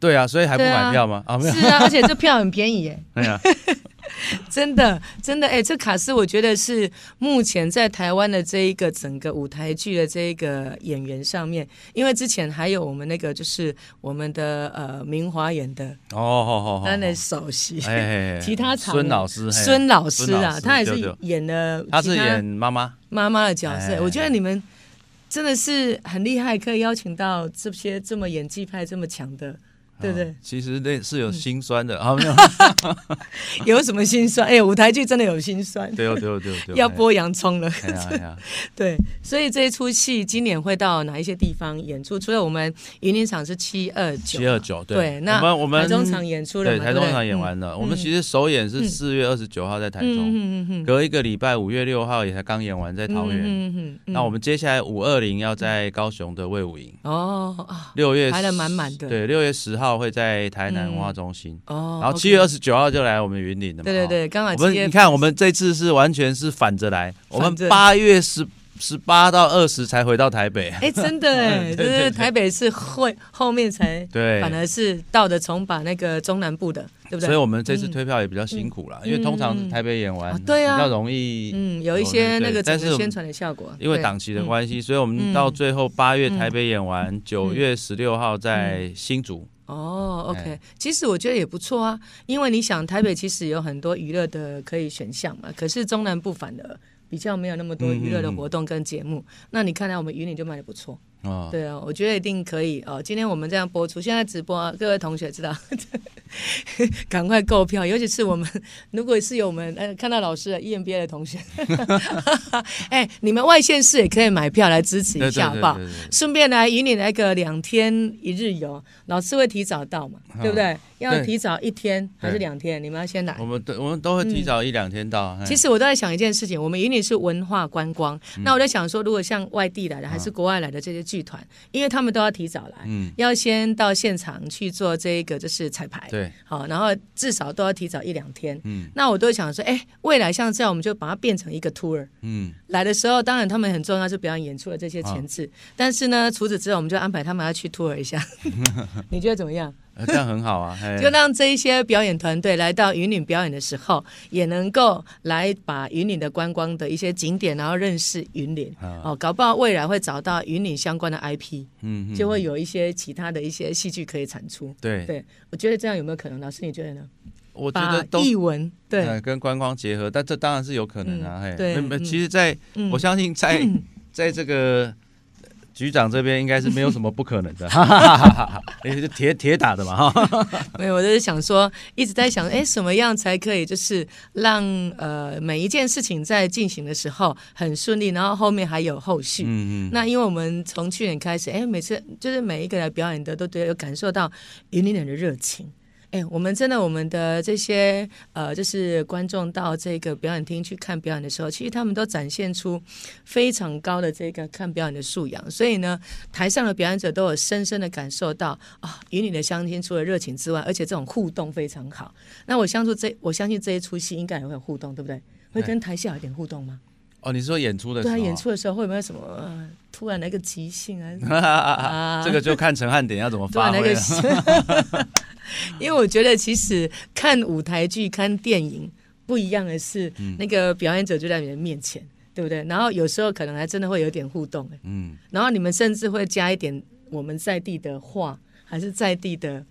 [SPEAKER 2] 对啊，所以还不
[SPEAKER 1] 对啊
[SPEAKER 2] 买票吗？啊，没有，
[SPEAKER 1] 是啊，而且这票很便宜哎，
[SPEAKER 2] 哎呀，
[SPEAKER 1] (laughs) 真的，真的，哎、这卡斯我觉得是目前在台湾的这一个整个舞台剧的这一个演员上面，因为之前还有我们那个就是我们的呃明华演的
[SPEAKER 2] 哦，好好好，
[SPEAKER 1] 担任首席、
[SPEAKER 2] 哎哎，哎
[SPEAKER 1] (laughs) 其他场
[SPEAKER 2] 孙老师，嘿哎
[SPEAKER 1] 孙老师
[SPEAKER 2] 孙
[SPEAKER 1] 啊，
[SPEAKER 2] 老师
[SPEAKER 1] 他也
[SPEAKER 2] 对
[SPEAKER 1] 是
[SPEAKER 2] 对
[SPEAKER 1] 演了
[SPEAKER 2] 他是
[SPEAKER 1] 其
[SPEAKER 2] 演妈妈，
[SPEAKER 1] 妈妈的角色，
[SPEAKER 2] 哎
[SPEAKER 1] 我觉得你们真的是很厉害，可以邀请到这些这么演技派这么强的，对不对？
[SPEAKER 2] 嗯其实那是有心酸的，啊，没
[SPEAKER 1] (laughs)
[SPEAKER 2] 有，
[SPEAKER 1] 有什么心酸？哎、舞台剧真的有心酸，
[SPEAKER 2] 对哦对哦对哦对哦，
[SPEAKER 1] 要剥洋葱了。 (laughs)
[SPEAKER 2] 哎呀，哎呀，
[SPEAKER 1] 对，所以这一出戏今年会到哪一些地方演出？除了我们云林场是七二九，
[SPEAKER 2] 七二九，
[SPEAKER 1] 对，那
[SPEAKER 2] 我们我们
[SPEAKER 1] 台中场演出了嘛，
[SPEAKER 2] 对，台中场演
[SPEAKER 1] 嗯。
[SPEAKER 2] 完了。我们其实首演是四月二十九号在台中，
[SPEAKER 1] 嗯嗯嗯
[SPEAKER 2] 隔一个礼拜五月六号也才刚演完在
[SPEAKER 1] 嗯，
[SPEAKER 2] 桃园。
[SPEAKER 1] 嗯嗯嗯
[SPEAKER 2] 那我们接下来五二零要在高雄的魏武营，
[SPEAKER 1] 哦啊
[SPEAKER 2] 六月
[SPEAKER 1] 排得满满的
[SPEAKER 2] 对，六月十号会在台南文化中心，
[SPEAKER 1] 哦，
[SPEAKER 2] 然后七月
[SPEAKER 1] OK
[SPEAKER 2] 二十九号就来我们云林的嘛。
[SPEAKER 1] 对对
[SPEAKER 2] 哦，
[SPEAKER 1] 对，刚好
[SPEAKER 2] 我
[SPEAKER 1] 七
[SPEAKER 2] 们
[SPEAKER 1] 月
[SPEAKER 2] 你看我们这次是完全是反着来，我
[SPEAKER 1] 反着
[SPEAKER 2] 们八月十十八到二十才回到台北。
[SPEAKER 1] 哎，真
[SPEAKER 2] (laughs)
[SPEAKER 1] 的哎，
[SPEAKER 2] 嗯
[SPEAKER 1] 就
[SPEAKER 2] 对对
[SPEAKER 1] 是
[SPEAKER 2] 对
[SPEAKER 1] 台北是会后面才，
[SPEAKER 2] 对，
[SPEAKER 1] 反而是到的重把那个中南部的，对不
[SPEAKER 2] 所以
[SPEAKER 1] 对？
[SPEAKER 2] 我们这次退票也比较辛苦啦，因为通常是台北演
[SPEAKER 1] 嗯
[SPEAKER 2] 完
[SPEAKER 1] 啊，对啊
[SPEAKER 2] 比较容易
[SPEAKER 1] 嗯，有一些那个整
[SPEAKER 2] 对但是
[SPEAKER 1] 个宣传的效果，
[SPEAKER 2] 因为
[SPEAKER 1] 对嗯
[SPEAKER 2] 档期的关系，所以我们到最后八月台北演完，九、月十六号在新竹。
[SPEAKER 1] 哦，OK，、
[SPEAKER 2] 哎
[SPEAKER 1] 其实我觉得也不错啊，因为你想台北其实有很多娱乐的可以选项嘛，可是中南部反而比较没有那么多娱乐的活动跟节目。那你看来我们云林就卖的不错，
[SPEAKER 2] 哦，
[SPEAKER 1] 对啊，我觉得一定可以哦。今天我们这样播出，现在直播、啊，各位同学知道， (laughs) 赶快购票，尤其是我们如果是有我们呃看到老师的 EMBA 的同学， (laughs) 哎，你们外县市也可以买票来支持一
[SPEAKER 2] 对对
[SPEAKER 1] 下，好
[SPEAKER 2] 对
[SPEAKER 1] 不好？
[SPEAKER 2] 对对
[SPEAKER 1] 顺便来引你来个两天一日游，老师会提早到嘛，
[SPEAKER 2] 啊
[SPEAKER 1] 对不对？要提早一天还是两天？你们要先来
[SPEAKER 2] 我。们都我们都会提早一两天到。
[SPEAKER 1] 哎嗯
[SPEAKER 2] 哎
[SPEAKER 1] 其
[SPEAKER 2] 实
[SPEAKER 1] 实我都在想一件事情，我们云林是文化观光，
[SPEAKER 2] 嗯
[SPEAKER 1] 那我在想说，如果像外地来的还是国外来的这些剧团，因为他们都要提早来，
[SPEAKER 2] 啊嗯
[SPEAKER 1] 要先到现场去做这一个就是彩排，
[SPEAKER 2] 对，
[SPEAKER 1] 好，然后至少都要提早一两天。
[SPEAKER 2] 嗯
[SPEAKER 1] 那我都会想说，哎，未来像这样，我们就把它变成一个 tour， (laughs)
[SPEAKER 2] 嗯，
[SPEAKER 1] 来的时候，当然他们很重要是表演演出的这些前置，但是呢，除此之外，我们就安排他们要去 tour 一下，啊你觉得怎么样？
[SPEAKER 2] 呃这样很好啊。嘿
[SPEAKER 1] 就让这一些表演团队来到云岭表演的时候，也能够来把云岭的观光的一些景点，然后认识云岭。哦，搞不好未来会找到云岭相关的 IP，
[SPEAKER 2] 嗯嗯
[SPEAKER 1] 就会有一些其他的一些戏剧可以产出。
[SPEAKER 2] 对，
[SPEAKER 1] 对，我觉得这样有没有可能？老师你觉得呢？
[SPEAKER 2] 我觉
[SPEAKER 1] 把
[SPEAKER 2] 得都
[SPEAKER 1] 艺文对、
[SPEAKER 2] 呃跟观光结合，但这当然是有可能啊。
[SPEAKER 1] 嗯
[SPEAKER 2] 嘿，
[SPEAKER 1] 对
[SPEAKER 2] 没没
[SPEAKER 1] 嗯
[SPEAKER 2] 其实在
[SPEAKER 1] 嗯
[SPEAKER 2] 我相信在在这个。呃局长这边应该是没有什么不
[SPEAKER 1] (laughs)
[SPEAKER 2] 可能的，哈哈哈哈哈！也是铁铁打的嘛哈。
[SPEAKER 1] (laughs) 没有，我就是想说，一直在想，哎，什么样才可以，就是让呃每一件事情在进行的时候很顺利，然后后面还有后续。
[SPEAKER 2] 嗯嗯，
[SPEAKER 1] 那因为我们从去年开始，哎，每次就是每一个来表演的都得有感受到云林人的热情。哎，我们真的，我们的这些呃，就是观众到这个表演厅去看表演的时候，其实他们都展现出非常高的这个看表演的素养。所以呢，台上的表演者都有深深的感受到啊，与你的相亲除了热情之外，而且这种互动非常好。那我相信这，我相信这一出戏应该也会有互动，对不对？会跟台下有点互动吗？
[SPEAKER 2] 哦，你说演出的时
[SPEAKER 1] 对
[SPEAKER 2] 候
[SPEAKER 1] 啊，
[SPEAKER 2] 啊，
[SPEAKER 1] 演出的时候会有没有什么、呃突然来个即兴啊？ (laughs)
[SPEAKER 2] (laughs)
[SPEAKER 1] 啊
[SPEAKER 2] 这个就看陈汉典要怎么
[SPEAKER 1] 突然
[SPEAKER 2] 发
[SPEAKER 1] 来
[SPEAKER 2] 挥啊
[SPEAKER 1] 个
[SPEAKER 2] 了。
[SPEAKER 1] 戏，啊 (laughs) 因为我觉得其实看舞台剧、看电影不一样的是，那个表演者就在你的面前，对不对？然后有时候可能还真的会有点互动，哎
[SPEAKER 2] 嗯，
[SPEAKER 1] 然后你们甚至会加一点我们在地的话，还是在地的。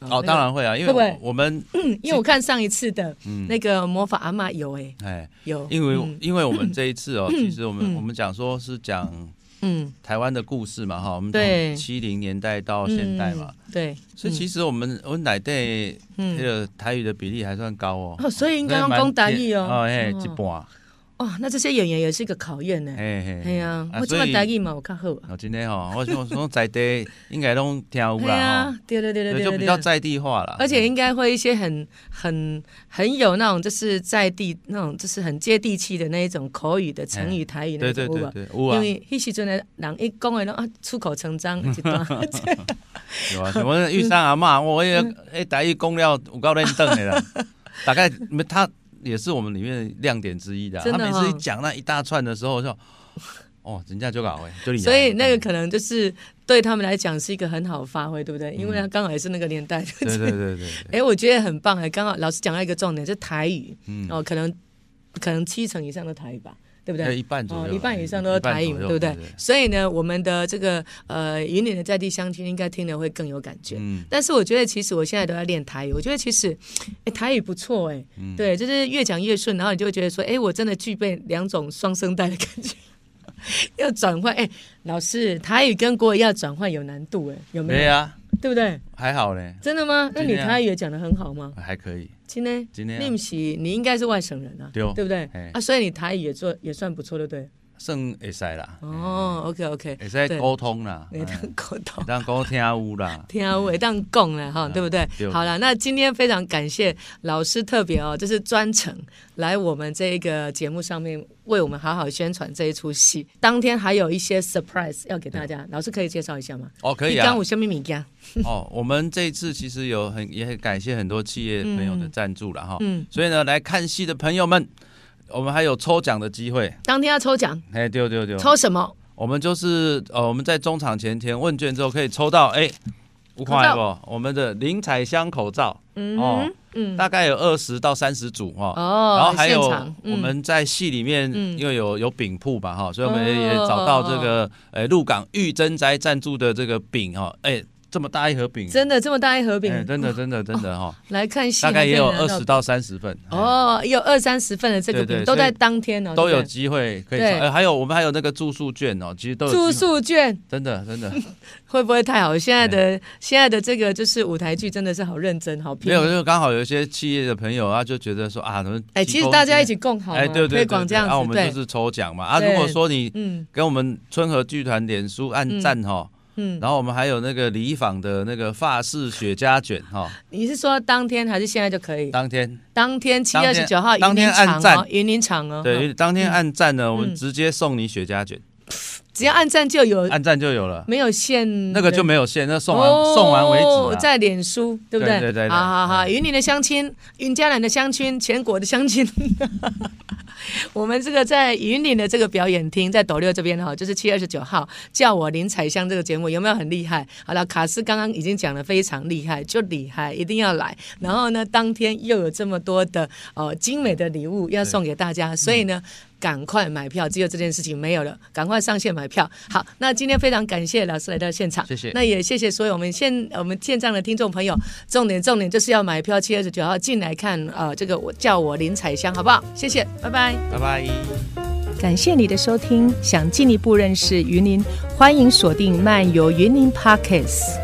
[SPEAKER 1] 呃
[SPEAKER 2] 哦，当，然会啊，因
[SPEAKER 1] 会不会
[SPEAKER 2] 为我们
[SPEAKER 1] 那个因为我看上一次的那个魔法阿嬷有哎、
[SPEAKER 2] 哎，
[SPEAKER 1] 有，
[SPEAKER 2] 因为因为我们这一次哦，其实我们
[SPEAKER 1] 嗯
[SPEAKER 2] 我们讲说是讲
[SPEAKER 1] 嗯，
[SPEAKER 2] 台湾的故事嘛，哈，我们
[SPEAKER 1] 对
[SPEAKER 2] 从七零年代到现代嘛，
[SPEAKER 1] 嗯，对，
[SPEAKER 2] 所以其实我们我们奶代那
[SPEAKER 1] 嗯，
[SPEAKER 2] 个台语的比例还算高哦，
[SPEAKER 1] 哦，所以应该用
[SPEAKER 2] 蛮
[SPEAKER 1] 公打义哦，
[SPEAKER 2] 哦，哎，一半，
[SPEAKER 1] 哦，那这些演员也是一个考验呢。
[SPEAKER 2] 嘿嘿，
[SPEAKER 1] 哎呀，我
[SPEAKER 2] 啊
[SPEAKER 1] 这
[SPEAKER 2] 所
[SPEAKER 1] 么
[SPEAKER 2] 以
[SPEAKER 1] 台语嘛，我较好啊。
[SPEAKER 2] 哦，真的吼， (laughs) 我想说在地 (laughs) 应该拢听有
[SPEAKER 1] 对
[SPEAKER 2] 啦吼
[SPEAKER 1] 啊，，对对对对
[SPEAKER 2] 对，
[SPEAKER 1] 对，
[SPEAKER 2] 就
[SPEAKER 1] 对
[SPEAKER 2] 比较啊在地化啦。
[SPEAKER 1] 而且应该会一些很很很有那种就是在地那种就是很接地气的那一种口语的成语台语那
[SPEAKER 2] 对对
[SPEAKER 1] 种有
[SPEAKER 2] 对
[SPEAKER 1] 吧。
[SPEAKER 2] 对，有
[SPEAKER 1] 因
[SPEAKER 2] 啊
[SPEAKER 1] 为迄时阵的人一讲的拢啊出口成
[SPEAKER 2] (laughs)
[SPEAKER 1] 章， (laughs) 一段
[SPEAKER 2] 有啊，什么玉山阿
[SPEAKER 1] 嗯
[SPEAKER 2] 嬷，我也哎台语公料有够认真的
[SPEAKER 1] (laughs)
[SPEAKER 2] 啦，大概他也是我们里面的亮点之一的啊。
[SPEAKER 1] 真
[SPEAKER 2] 他
[SPEAKER 1] 的
[SPEAKER 2] 每次一
[SPEAKER 1] 哦
[SPEAKER 2] 讲那一大串的时候，我就哦，人家就搞哎，就厉害
[SPEAKER 1] 所以那个可能就是对他们来讲是一个很好的发挥，对不对？因为他刚好也是那个年代，就 (laughs)
[SPEAKER 2] 嗯对
[SPEAKER 1] 是
[SPEAKER 2] 对对对对，
[SPEAKER 1] 哎，我觉得很棒哎，刚好老师讲到一个重点，就是台语
[SPEAKER 2] 嗯，
[SPEAKER 1] 哦，可能可能七成以上都台语吧，对不对
[SPEAKER 2] 要？一半左
[SPEAKER 1] 哦，
[SPEAKER 2] 右，
[SPEAKER 1] 一半以上都是台语嘛，对不对？所以呢，我们的这个呃云岭的在地乡亲应该听了会更有感觉。
[SPEAKER 2] 嗯
[SPEAKER 1] 但是我觉得，其实我现在都在练台语。我觉得其实，哎，台语不错哎，
[SPEAKER 2] 嗯，
[SPEAKER 1] 对，就是越讲越顺，然后你就会觉得说，哎，我真的具备两种双声带的感觉。 (laughs) 要转换，哎，老师，台语跟国语要转换有难度哎，有没
[SPEAKER 2] 没
[SPEAKER 1] 有？
[SPEAKER 2] 啊，
[SPEAKER 1] 对不对？
[SPEAKER 2] 还好嘞，
[SPEAKER 1] 真的吗？那你
[SPEAKER 2] 尽量
[SPEAKER 1] 台语也讲得很好吗？
[SPEAKER 2] 还可以，
[SPEAKER 1] 今天
[SPEAKER 2] 啊今
[SPEAKER 1] 你
[SPEAKER 2] 天啊
[SPEAKER 1] 不是你应该是外省人啊，
[SPEAKER 2] 对哦
[SPEAKER 1] 不对
[SPEAKER 2] 嘿？
[SPEAKER 1] 啊，所以你台语也做也算不错，对不对？
[SPEAKER 2] 算会使啦，
[SPEAKER 1] 哦，OK
[SPEAKER 2] 哎
[SPEAKER 1] OK，
[SPEAKER 2] 会使沟通啦，
[SPEAKER 1] 会当沟通，
[SPEAKER 2] 当沟听有啦，
[SPEAKER 1] (laughs) 听会当讲了哈，对不对？
[SPEAKER 2] 啊对
[SPEAKER 1] 好了，那今天非常感谢老师特别哦，就是专程来我们这个节目上面为我们好好宣传这一出戏。当天还有一些 surprise 要给大家，老师可以介绍一下吗？
[SPEAKER 2] 哦，可以
[SPEAKER 1] 你
[SPEAKER 2] 啊
[SPEAKER 1] 刚，有什么物件？
[SPEAKER 2] 哦，我们这一次其实有很也很感谢很多企业朋友的赞助了哈，
[SPEAKER 1] 嗯，
[SPEAKER 2] 所以呢，来看戏的朋友们，我们还有抽奖的机会，
[SPEAKER 1] 当天要抽奖，
[SPEAKER 2] 哎，对对对，
[SPEAKER 1] 抽什么？
[SPEAKER 2] 我们就是呃，我们在中场前填问卷之后可以抽到，哎，五块不，我们的林彩香口罩
[SPEAKER 1] 嗯
[SPEAKER 2] 哦
[SPEAKER 1] 哼，嗯，
[SPEAKER 2] 大概有二十到三十组哦，
[SPEAKER 1] 哦，
[SPEAKER 2] 然后还有
[SPEAKER 1] 现场嗯
[SPEAKER 2] 我们在戏里面，
[SPEAKER 1] 嗯
[SPEAKER 2] 因为有有饼铺嘛哈，所以我们
[SPEAKER 1] 哦
[SPEAKER 2] 也找到这个呃鹿港玉珍斋赞助的这个饼哈，哎，这么大一盒饼，
[SPEAKER 1] 嗯真的这么大一盒饼哦
[SPEAKER 2] 哎，，真的真的真的哈，
[SPEAKER 1] 来看戏
[SPEAKER 2] 大概也有
[SPEAKER 1] 还可以
[SPEAKER 2] 二
[SPEAKER 1] 拿到
[SPEAKER 2] 十到三十份，哎
[SPEAKER 1] 哦，有二三十份的这个饼
[SPEAKER 2] 对对
[SPEAKER 1] 都在
[SPEAKER 2] 所以
[SPEAKER 1] 当天哦，
[SPEAKER 2] 都有
[SPEAKER 1] 对
[SPEAKER 2] 机会可以
[SPEAKER 1] 对
[SPEAKER 2] 抽，呃还有我们还有那个住宿券哦，其实都
[SPEAKER 1] 不
[SPEAKER 2] 有
[SPEAKER 1] 对住
[SPEAKER 2] 机会
[SPEAKER 1] 宿券
[SPEAKER 2] 真的真的
[SPEAKER 1] 会不会太好？现在的现在的这个就是舞台剧真的是好认真，好拼
[SPEAKER 2] 哎没有，。就刚好有一些企业的朋友啊，就觉得说啊，怎么
[SPEAKER 1] 哎，其实大家一起共好嘛，
[SPEAKER 2] 哎对对对
[SPEAKER 1] 推广这样
[SPEAKER 2] 啊，我
[SPEAKER 1] 子，
[SPEAKER 2] 们就
[SPEAKER 1] 对，
[SPEAKER 2] 是抽奖嘛啊，
[SPEAKER 1] 对
[SPEAKER 2] 如果说你
[SPEAKER 1] 嗯
[SPEAKER 2] 跟我们春和剧团脸书按赞哈。
[SPEAKER 1] 嗯。
[SPEAKER 2] 然后我们还有那个李坊的那个法式雪茄卷哈、
[SPEAKER 1] 你是说当天还是现在就可以？
[SPEAKER 2] 当天
[SPEAKER 1] 当天七月
[SPEAKER 2] 当
[SPEAKER 1] 二
[SPEAKER 2] 天
[SPEAKER 1] 十九号云
[SPEAKER 2] 当
[SPEAKER 1] 林
[SPEAKER 2] 天
[SPEAKER 1] 场
[SPEAKER 2] 按赞
[SPEAKER 1] 哦，云林场哦，
[SPEAKER 2] 对，当天按赞呢，我
[SPEAKER 1] 嗯
[SPEAKER 2] 们直接送你雪茄卷，
[SPEAKER 1] 只要按赞就有，
[SPEAKER 2] 按赞就有了，
[SPEAKER 1] 没有限
[SPEAKER 2] 那个就
[SPEAKER 1] 人
[SPEAKER 2] 没有限，那送完、
[SPEAKER 1] 嗯哦
[SPEAKER 2] 送完为止、啊。
[SPEAKER 1] 在脸书，对不对？
[SPEAKER 2] 对对嗯对对
[SPEAKER 1] 好好好，云林的乡亲，云嘉南的乡亲，全国的乡亲。 (laughs) 我们这个在云林的这个表演厅，在斗六这边哈，就是七月二十九号，叫我林彩香这个节目有没有很厉害？好了，卡斯刚刚已经讲的非常厉害，就厉害，一定要来。然后呢，当天又有这么多的呃精美的礼物要送给大家，所以呢。
[SPEAKER 2] 嗯
[SPEAKER 1] 赶快买票，只有这件事情没有了，赶快上线买票。好，那今天非常感谢老师来到现场，
[SPEAKER 2] 谢谢
[SPEAKER 1] 那也谢谢所有我们现我们线上的听众朋友，重点重点就是要买票，七月二十九号进来看，呃，这个我叫我林彩香，好不好？谢谢，拜拜。
[SPEAKER 2] 拜拜。
[SPEAKER 3] 感谢你的收听，想进一步认识云林，欢迎锁定漫游云林 Pockets。